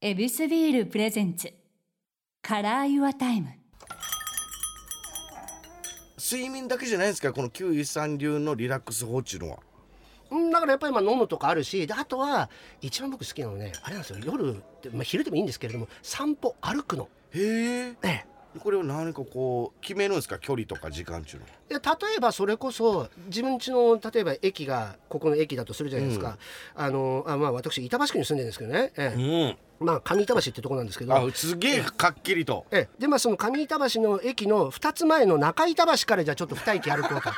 エビスビールプレゼンツカラーユアタイム睡眠だけじゃないですかこの九一三流のリラックス法っていうのはうんだからやっぱりまあ飲むとかあるしであとは一番僕好きなのねあれなんですよ夜って、まあ、昼でもいいんですけれども散歩歩くの、へえええ、これを何かこう決めるんですか距離とか時間っていうのいや例えばそれこそ自分家の例えば駅がここの駅だとするじゃないですか、あのあまあ私板橋区に住んでるんですけどね、ええまあ上板橋ってとこなんですけどあすげえかっきりと ええでまあその上板橋の駅の2つ前の中板橋からじゃあちょっと2駅歩こうか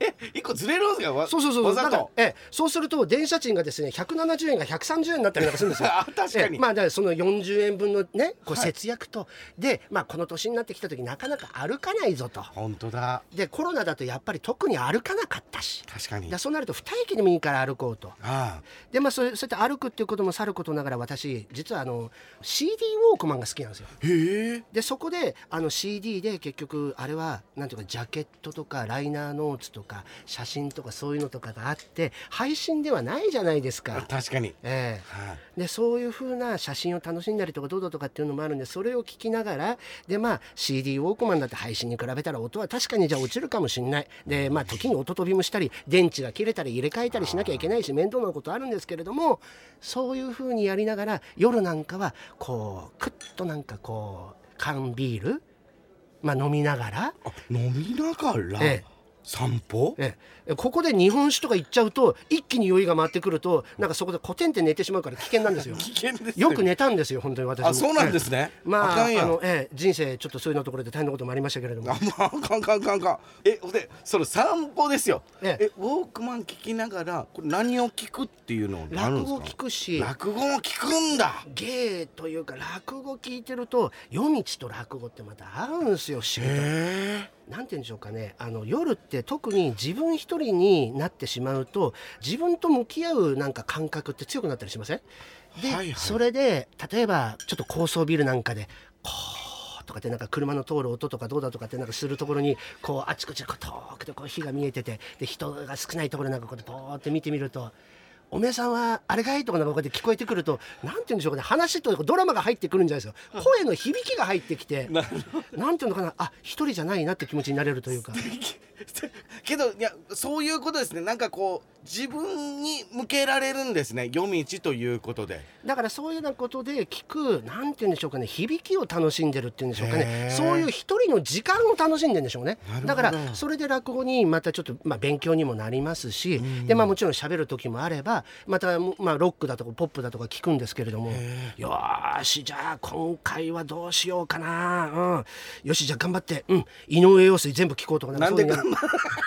え一個ずれるんですかわそうそうそうわなざんかとええそうすると電車賃がですね170円が130円になったりなんかするんですよあ 確かにええまあだからその40円分のねこう節約と、でまあこの年になってきた時なかなか歩かないぞと本当だでコロナだとやっぱり特に歩かなかったし確かにだあそうなると二駅でもいいから歩こうとあでまあそうそうやって歩くっていうこともさることながら私実はあの CD ウォークマンが好きなんですよへえでそこであの CD で結局あれはなんていうかジャケットとかライナーノーツとか写真とかそういうのとかがあって配信ではないじゃないですか。確かにええはいでそういう風な写真を楽しんだりとかどうだとかっていうのもあるんでそれを聞きながらでまあ CD ウォークマンだって配信に比べたら音は確かにじゃあ落ちるかもしれないでまあ時に音飛びもしたり電池が切れたり入れ替えたりしなきゃいけないし面倒なことあるんですけれどもそういう風にやりながら夜なんかはこうクッとなんかこう缶ビール、まあ、飲みながら、あ飲みながらええ散歩ええここで日本酒とか行っちゃうと一気に酔いが回ってくるとなんかそこでコテンって寝てしまうから危険なんですよ。危険です よく寝たんですよ本当に私もあそうなんですねええまああかあんやんの、ええ、人生ちょっとそういうのところで大変なこともありましたけれども あまああかんかんかんかんえほんでその散歩ですよえええウォークマン聞きながらこれ何を聞くっていうのあるんです落か語聞くし落語も聞くんだ芸というか落語聞いてると夜道と落語ってまた合うんですよ不思議とへなんて言うんでしょうかねあの夜って特に自分一人になってしまうと自分と向き合うなんか感覚って強くなったりしませんで、はいはいそれで例えばちょっと高層ビルなんかでこうとかってなんか車の通る音とかどうだとかってなんかするところにこうあちこちこう遠くでこう火が見えててで人が少ないところなんかこうやってぼーって見てみると。おめえさんはあれがいいとかなんかこうやって聞こえてくるとなんて言うんでしょうかね話というかドラマが入ってくるんじゃないですよ声の響きが入ってきて なるほどなんていうのかなあ一人じゃないなって気持ちになれるというかえ けどいやそういうことですねなんかこう自分に向けられるんですね夜道ということでだからそういうようなことで聞くなんて言うんでしょうかね響きを楽しんでるっていうんでしょうかへねーそういう一人の時間を楽しんでるんでしょうねなるほどだからそれで落語にまたちょっと、まあ、勉強にもなりますし、でまあ、もちろん喋る時もあればまた、まあ、ロックだとかポップだとか聞くんですけれどもよーしじゃあ今回はどうしようかな、うん、よしじゃあ頑張って、うん、井上陽水全部聞こうとかなんでそういうの頑張る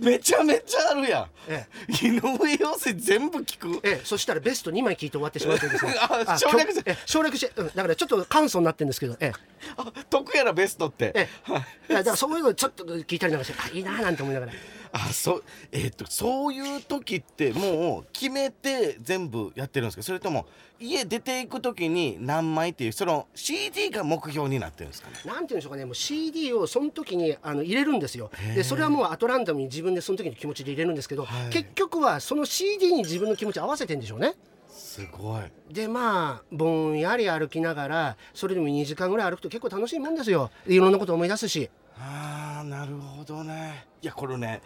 めちゃめちゃあるやん、え井上陽水全部聞くええ、そしたらベスト2枚聞いて終わってしまうというですね あ省略してええ省略して、うん、だからちょっと簡素になってるんですけど、えあ得やらベストって、えええはいいやだからそういうのちょっと聞いたりなんかしてあいいなーなんて思いながらあそうえーっとそういう時ってもう決めて全部やってるんですかそれとも家出ていく時に何枚っていうその CD が目標になってるんですかねなんていうんでしょうかねもう CD をその時にあの入れるんですよでそれはもうアトランダムに自分でその時の気持ちで入れるんですけど、はい結局はその CD に自分の気持ち合わせてんでしょうねすごいでまあぼんやり歩きながらそれでも2時間ぐらい歩くと結構楽しいもんですよでいろんなこと思い出すしあーなるほどねいやこれね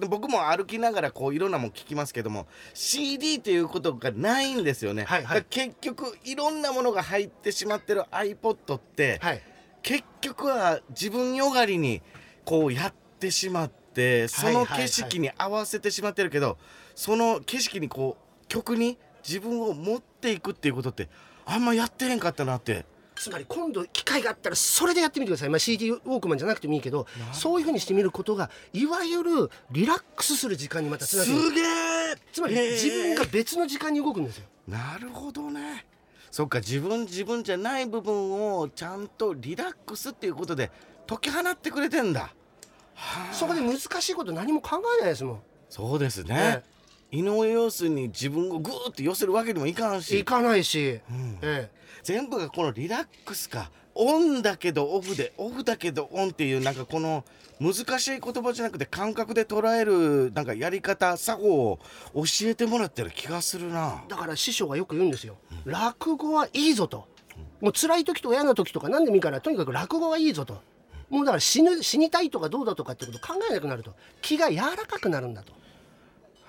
僕も歩きながらこういろんなもん聞きますけども CD ということがないんですよね、はいはいだから結局いろんなものが入ってしまってる iPod って、はい結局は自分よがりにこうやってしまってその景色に合わせてしまってるけど、その景色にこう曲に自分を持っていくっていうことってあんまやってへんかったなってつまり今度機会があったらそれでやってみてください、まあ、CD ウォークマンじゃなくてもいいけどそういうふうにしてみることがいわゆるリラックスする時間にまたつなすげるげえつまり自分が別の時間に動くんですよなるほどねそっか自分自分じゃない部分をちゃんとリラックスっていうことで解き放ってくれてんだはあそこで難しいこと何も考えないですもん、そうですね、ええ井上陽水に自分をグーって寄せるわけにもいかんし行かないし、んええ全部がこのリラックスかオンだけどオフでオフだけどオンっていうなんかこの難しい言葉じゃなくて感覚で捉えるなんかやり方作法を教えてもらってる気がするなだから師匠がよく言うんですよ、落語はいいぞと、もう辛い時とか嫌な時とか何でもいいからとにかく落語はいいぞと、もうだから死ぬ死にたいとかどうだとかってこと考えなくなると気が柔らかくなるんだと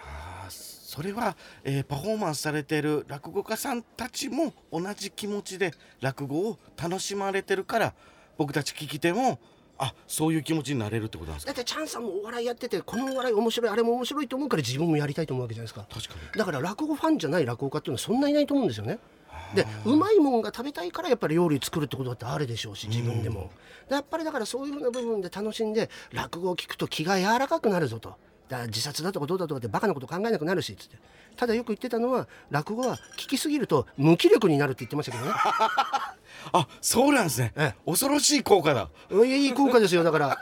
あそれは、えーパフォーマンスされてる落語家さんたちも同じ気持ちで落語を楽しまれてるから僕たち聞き手もあそういう気持ちになれるってことなんですだかってチャンさんもお笑いやっててこのお笑い面白いあれも面白いと思うから自分もやりたいと思うわけじゃないですか確かにだから落語ファンじゃない落語家っていうのはそんないないと思うんですよね。でうまいもんが食べたいからやっぱり料理作るってことだってあるでしょうし自分でも、でやっぱりだからそういうふうな部分で楽しんで落語を聞くと気が柔らかくなるぞとだから自殺だとかどうだとかってバカなこと考えなくなるしっつってただよく言ってたのは落語は聞きすぎると無気力になるって言ってましたけどねあそうなんですね、え恐ろしい効果だうんいい効果ですよだから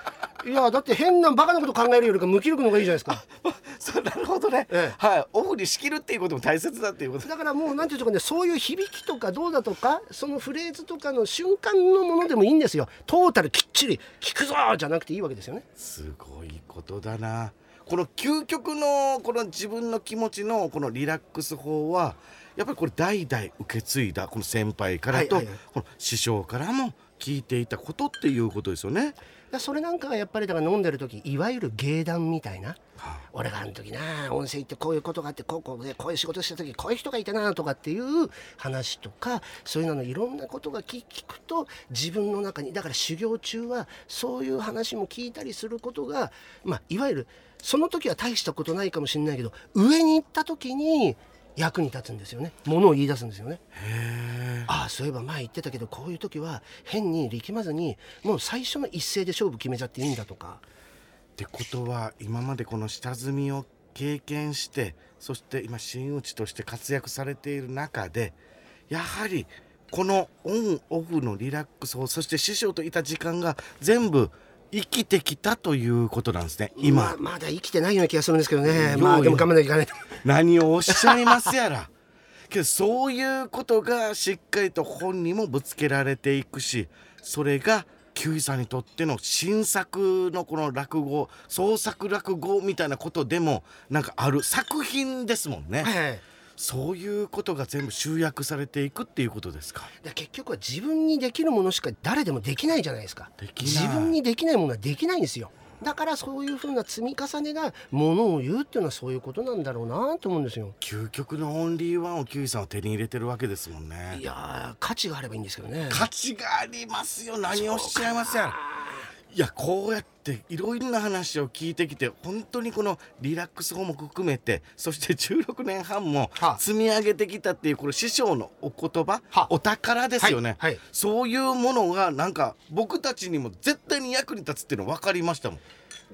いやだって変なバカなこと考えるよりか無気力の方がいいじゃないですか そうなるほどね、えはいオフに仕切るっていうことも大切だっていうことだからもうなんていうんでしょうかねそういう響きとかどうだとかそのフレーズとかの瞬間のものでもいいんですよトータルきっちり聞くぞじゃなくていいわけですよねすごいことだなこの究極のこの自分の気持ちのこのリラックス法はやっぱりこれ代々受け継いだこの先輩からと、はいはいはいこの師匠からも聞いていたことっていうことですよね。だからそれなんかがやっぱりだから飲んでる時いわゆる芸談みたいなは俺があの時な温泉行ってこういうことがあってこうこうでこういう仕事した時こういう人がいたなとかっていう話とかそういうののいろんなことが聞聞くと自分の中にだから修行中はそういう話も聞いたりすることが、まあ、いわゆるその時は大したことないかもしれないけど上に行った時に役に立つんですよねものを言い出すんですよね。ああそういえば前言ってたけどこういう時は変に力まずにもう最初の一斉で勝負決めちゃっていいんだとか。ってことは今までこの下積みを経験してそして今真打ちとして活躍されている中でやはりこのオンオフのリラックス法そして師匠といた時間が全部生きてきたということなんですね今。まあ、まだ生きてないような気がするんですけどねうんまよあうでも頑張らなきゃいけないと何をおっしゃいますやらけどそういうことがしっかりと本にもぶつけられていくしそれが九井さんにとっての新作のこの落語創作落語みたいなことでもなんかある作品ですもんね、はいそういうことが全部集約されていくっていうことですかで結局は自分にできるものしか誰でもできないじゃないですかできない自分にできないものはできないんですよだからそういうふうな積み重ねがものを言うっていうのはそういうことなんだろうなと思うんですよ究極のオンリーワンを九井さんは手に入れてるわけですもんねいやー価値があればいいんですけどね価値がありますよ何をおっしゃいますやらいやこうやっていろいろな話を聞いてきて本当にこのリラックス法も含めてそして16年半もはあ積み上げてきたっていうこれ師匠のお言葉、はあお宝ですよね、はいはいそういうものがなんか僕たちにも絶対に役に立つっていうの分かりましたもんだか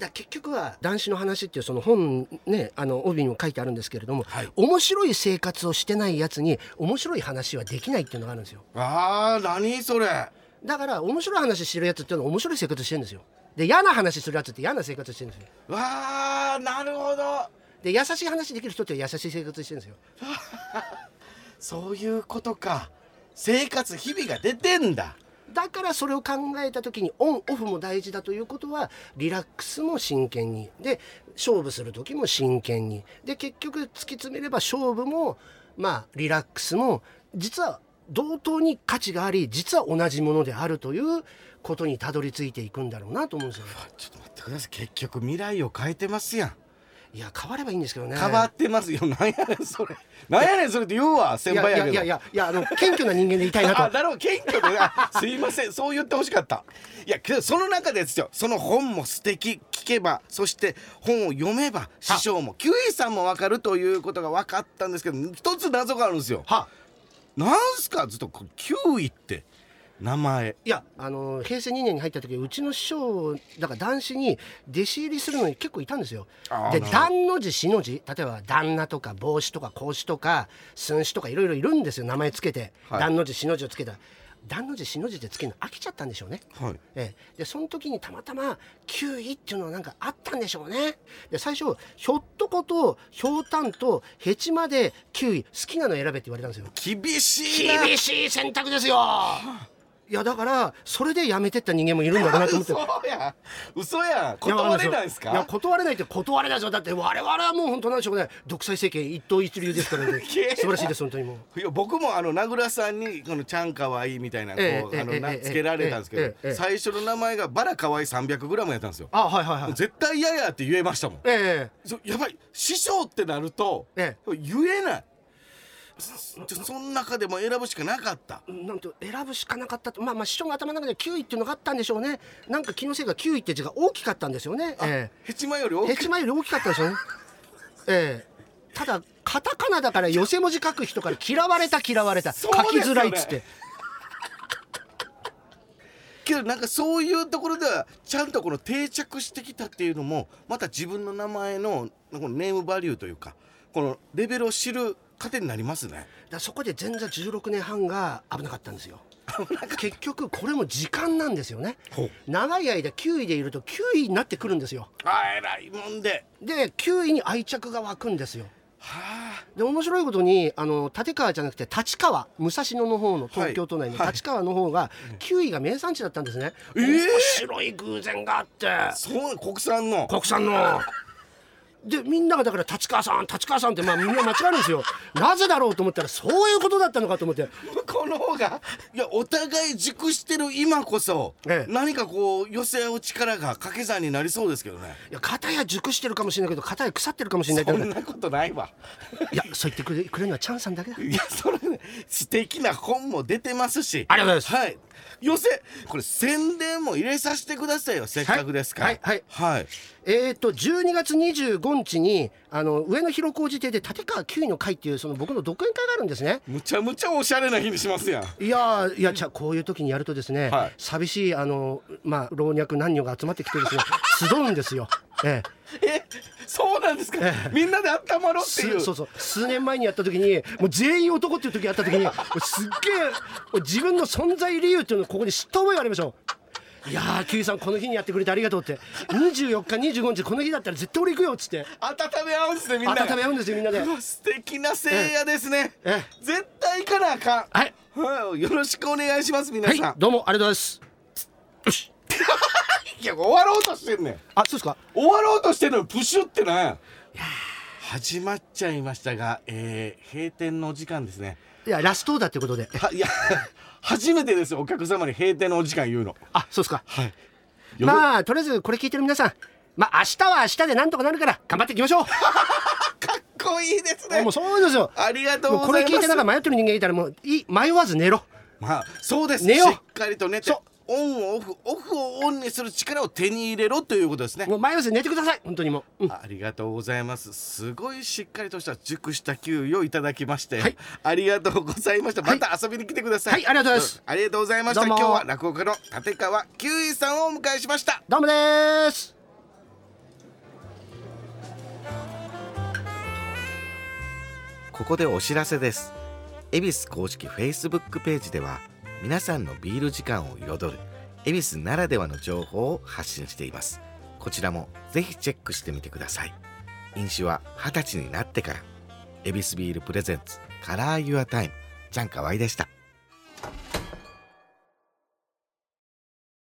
ら結局は「男子の話」っていうその本ねあの帯にも書いてあるんですけれども、はい面白い生活をしてないやつに面白い話はできないっていうのがあるんですよあー何それだから面白い話してるやつっていうのは面白い生活してるんですよで嫌な話するやつって嫌な生活してるんですよわーなるほどで優しい話できる人って優しい生活してるんですよそういうことか生活日々が出てんだだからそれを考えた時にオンオフも大事だということはリラックスも真剣にで勝負する時も真剣にで結局突き詰めれば勝負もまあリラックスも実は同等に価値があり実は同じものであるということにたどり着いていくんだろうなと思うんですよね。ちょっと待ってください結局未来を変えてますやんいや変わればいいんですけどね。変わってますよ。なんやねんそれ。なんやねんそれって言うわ先い輩ややけいど。やいやいやあの謙虚な人間でいたいな とあ、なるほど謙虚であすいませんそう言ってほしかったいやけどその中でですよその本も素敵聞けばそして本を読めば師匠も九井さんも分かるということが分かったんですけど一つ謎があるんですよはなんすかずっとこう九井って名前いやあの平成2年に入った時うちの師匠だから男子に弟子入りするのに結構いたんですよあーでなるほど旦の字死の字例えば旦那とか帽子とか格子とか寸子とかいろいろいるんですよ名前つけて、はい旦の字死の字をつけた段の字しの字でつけるの飽きちゃったんでしょうね。はいええ、でその時にたまたま9位っていうのはなんかあったんでしょうねで最初ひょっとことひょうたんとへちまで9位好きなの選べって言われたんですよ厳しいな厳しい選択ですよいやだからそれでやめてった人間もいるんだろうなと思 って嘘や嘘や断れないですいやか断れないって断れないですよだって我々はもう本当なんでしょうね独裁政権一党一流ですから ねいや素晴らしいです本当にもう。いや僕もあの名倉さんに「このちゃんかわいい」みたいなこええうあえのえなええつけられたんですえけえええど最初の名前が「バラかわい 300g」やったんですよあはいはいはい。絶対嫌やって言えましたもんえそやばい師匠ってなるとえ言えないそその中でも選ぶしかなかったえなんと選ぶしかなかったとまあまあ師匠の頭の中で9位っていうのがあったんでしょうねなんか気のせいか9位って字が大きかったんですよね。えヘチマよりえ大ヘきいチマより大きかったんですよね。ええただカタカナだから寄せ文字書く人から嫌われた嫌われた、そう書きですづよねらいっつってけどなんかそういうところではちゃんとこの定着してきたっていうのもまた自分の名前のこのネームバリューというかこのレベルを知る糧になりますねだからそこで前座16年半が危なかったんですよ 結局これも時間なんですよねほう長い間9位でいると9位になってくるんですよあ偉いもんでで9位に愛着が湧くんですよはあで面白いことにあの立川じゃなくて立川武蔵野の方の東京都内のはい立川の方が9位が名産地だったんですね、ええ面白い偶然があってそう国産の国産のでみんながだから立川さん立川さんってまあみんな間違えるんですよなぜだろうと思ったらそういうことだったのかと思って向こうの方がいやお互い熟してる今こそ、ええ何かこう寄せ合う力が掛け算になりそうですけどねいや片や熟してるかもしれないけど片や腐ってるかもしれないけそどんな ことないわいやそう言ってくれくれるのはチャンさんだけ だいやそれね素敵な本も出てますしありがとうございますはい寄せこれ宣伝も入れさせてくださいよせっかくですからはいはいはいえー、と12月25日にあの上野広小路邸で立川9位の会っていうその僕の独演会があるんですねむちゃむちゃおしゃれな日にしますやんいやーいやじゃあこういう時にやるとですね、はい寂しいあの、まあ、老若男女が集まってきてですね 集うんですよ、えええそうなんですか、みんなで温まろうっていすうそうそう数年前にやった時にもう全員男っていう時やった時にもうすっげえもう自分の存在理由っていうのをここに知った覚えがありましょういやーキュウイさんこの日にやってくれてありがとうって24日25日この日だったら絶対俺行くよっつって温め合うんですねみんなで温め合うんですよみんなでうわ素敵な聖夜ですねえ絶対行かなあかんはいはいよろしくお願いします皆はさん、いどうもありがとうございますい、や終わろうとしてんねんあそうですか終わろうとしてんのにプシュってなんや始まっちゃいましたが、えー閉店のお時間ですねいやラストオーダーということではいや 初めてですよお客様に閉店のお時間言うのあそうですかはいよろまあとりあえずこれ聞いてる皆さんまあ明日は明日でなんとかなるから頑張っていきましょうかっこいいですあねもうそうですよありがとうもうごこざれいます聞いてなんか迷ってる人間いたらもういい迷わず寝ろまあそうです寝ねよしうっかりと寝てそオンをオフオフをオンにする力を手に入れろということですねもう迷わず寝てください本当にもう、うん、ありがとうございます。すごいしっかりとした熟した給与をいただきまして、はいありがとうございました。はまいた遊びに来てください。はいありがとうございますん。ありがとうございましどた。うも今日は落語家の立川九一さんをお迎えしました。どうもですここでお知らせです恵比寿公式 Facebook ページでは皆さんのビール時間を彩る恵比寿ならではの情報を発信していますこちらもぜひチェックしてみてください飲酒は20歳になってから恵比寿ビールプレゼンツカラーユアタイムちゃんかわいでした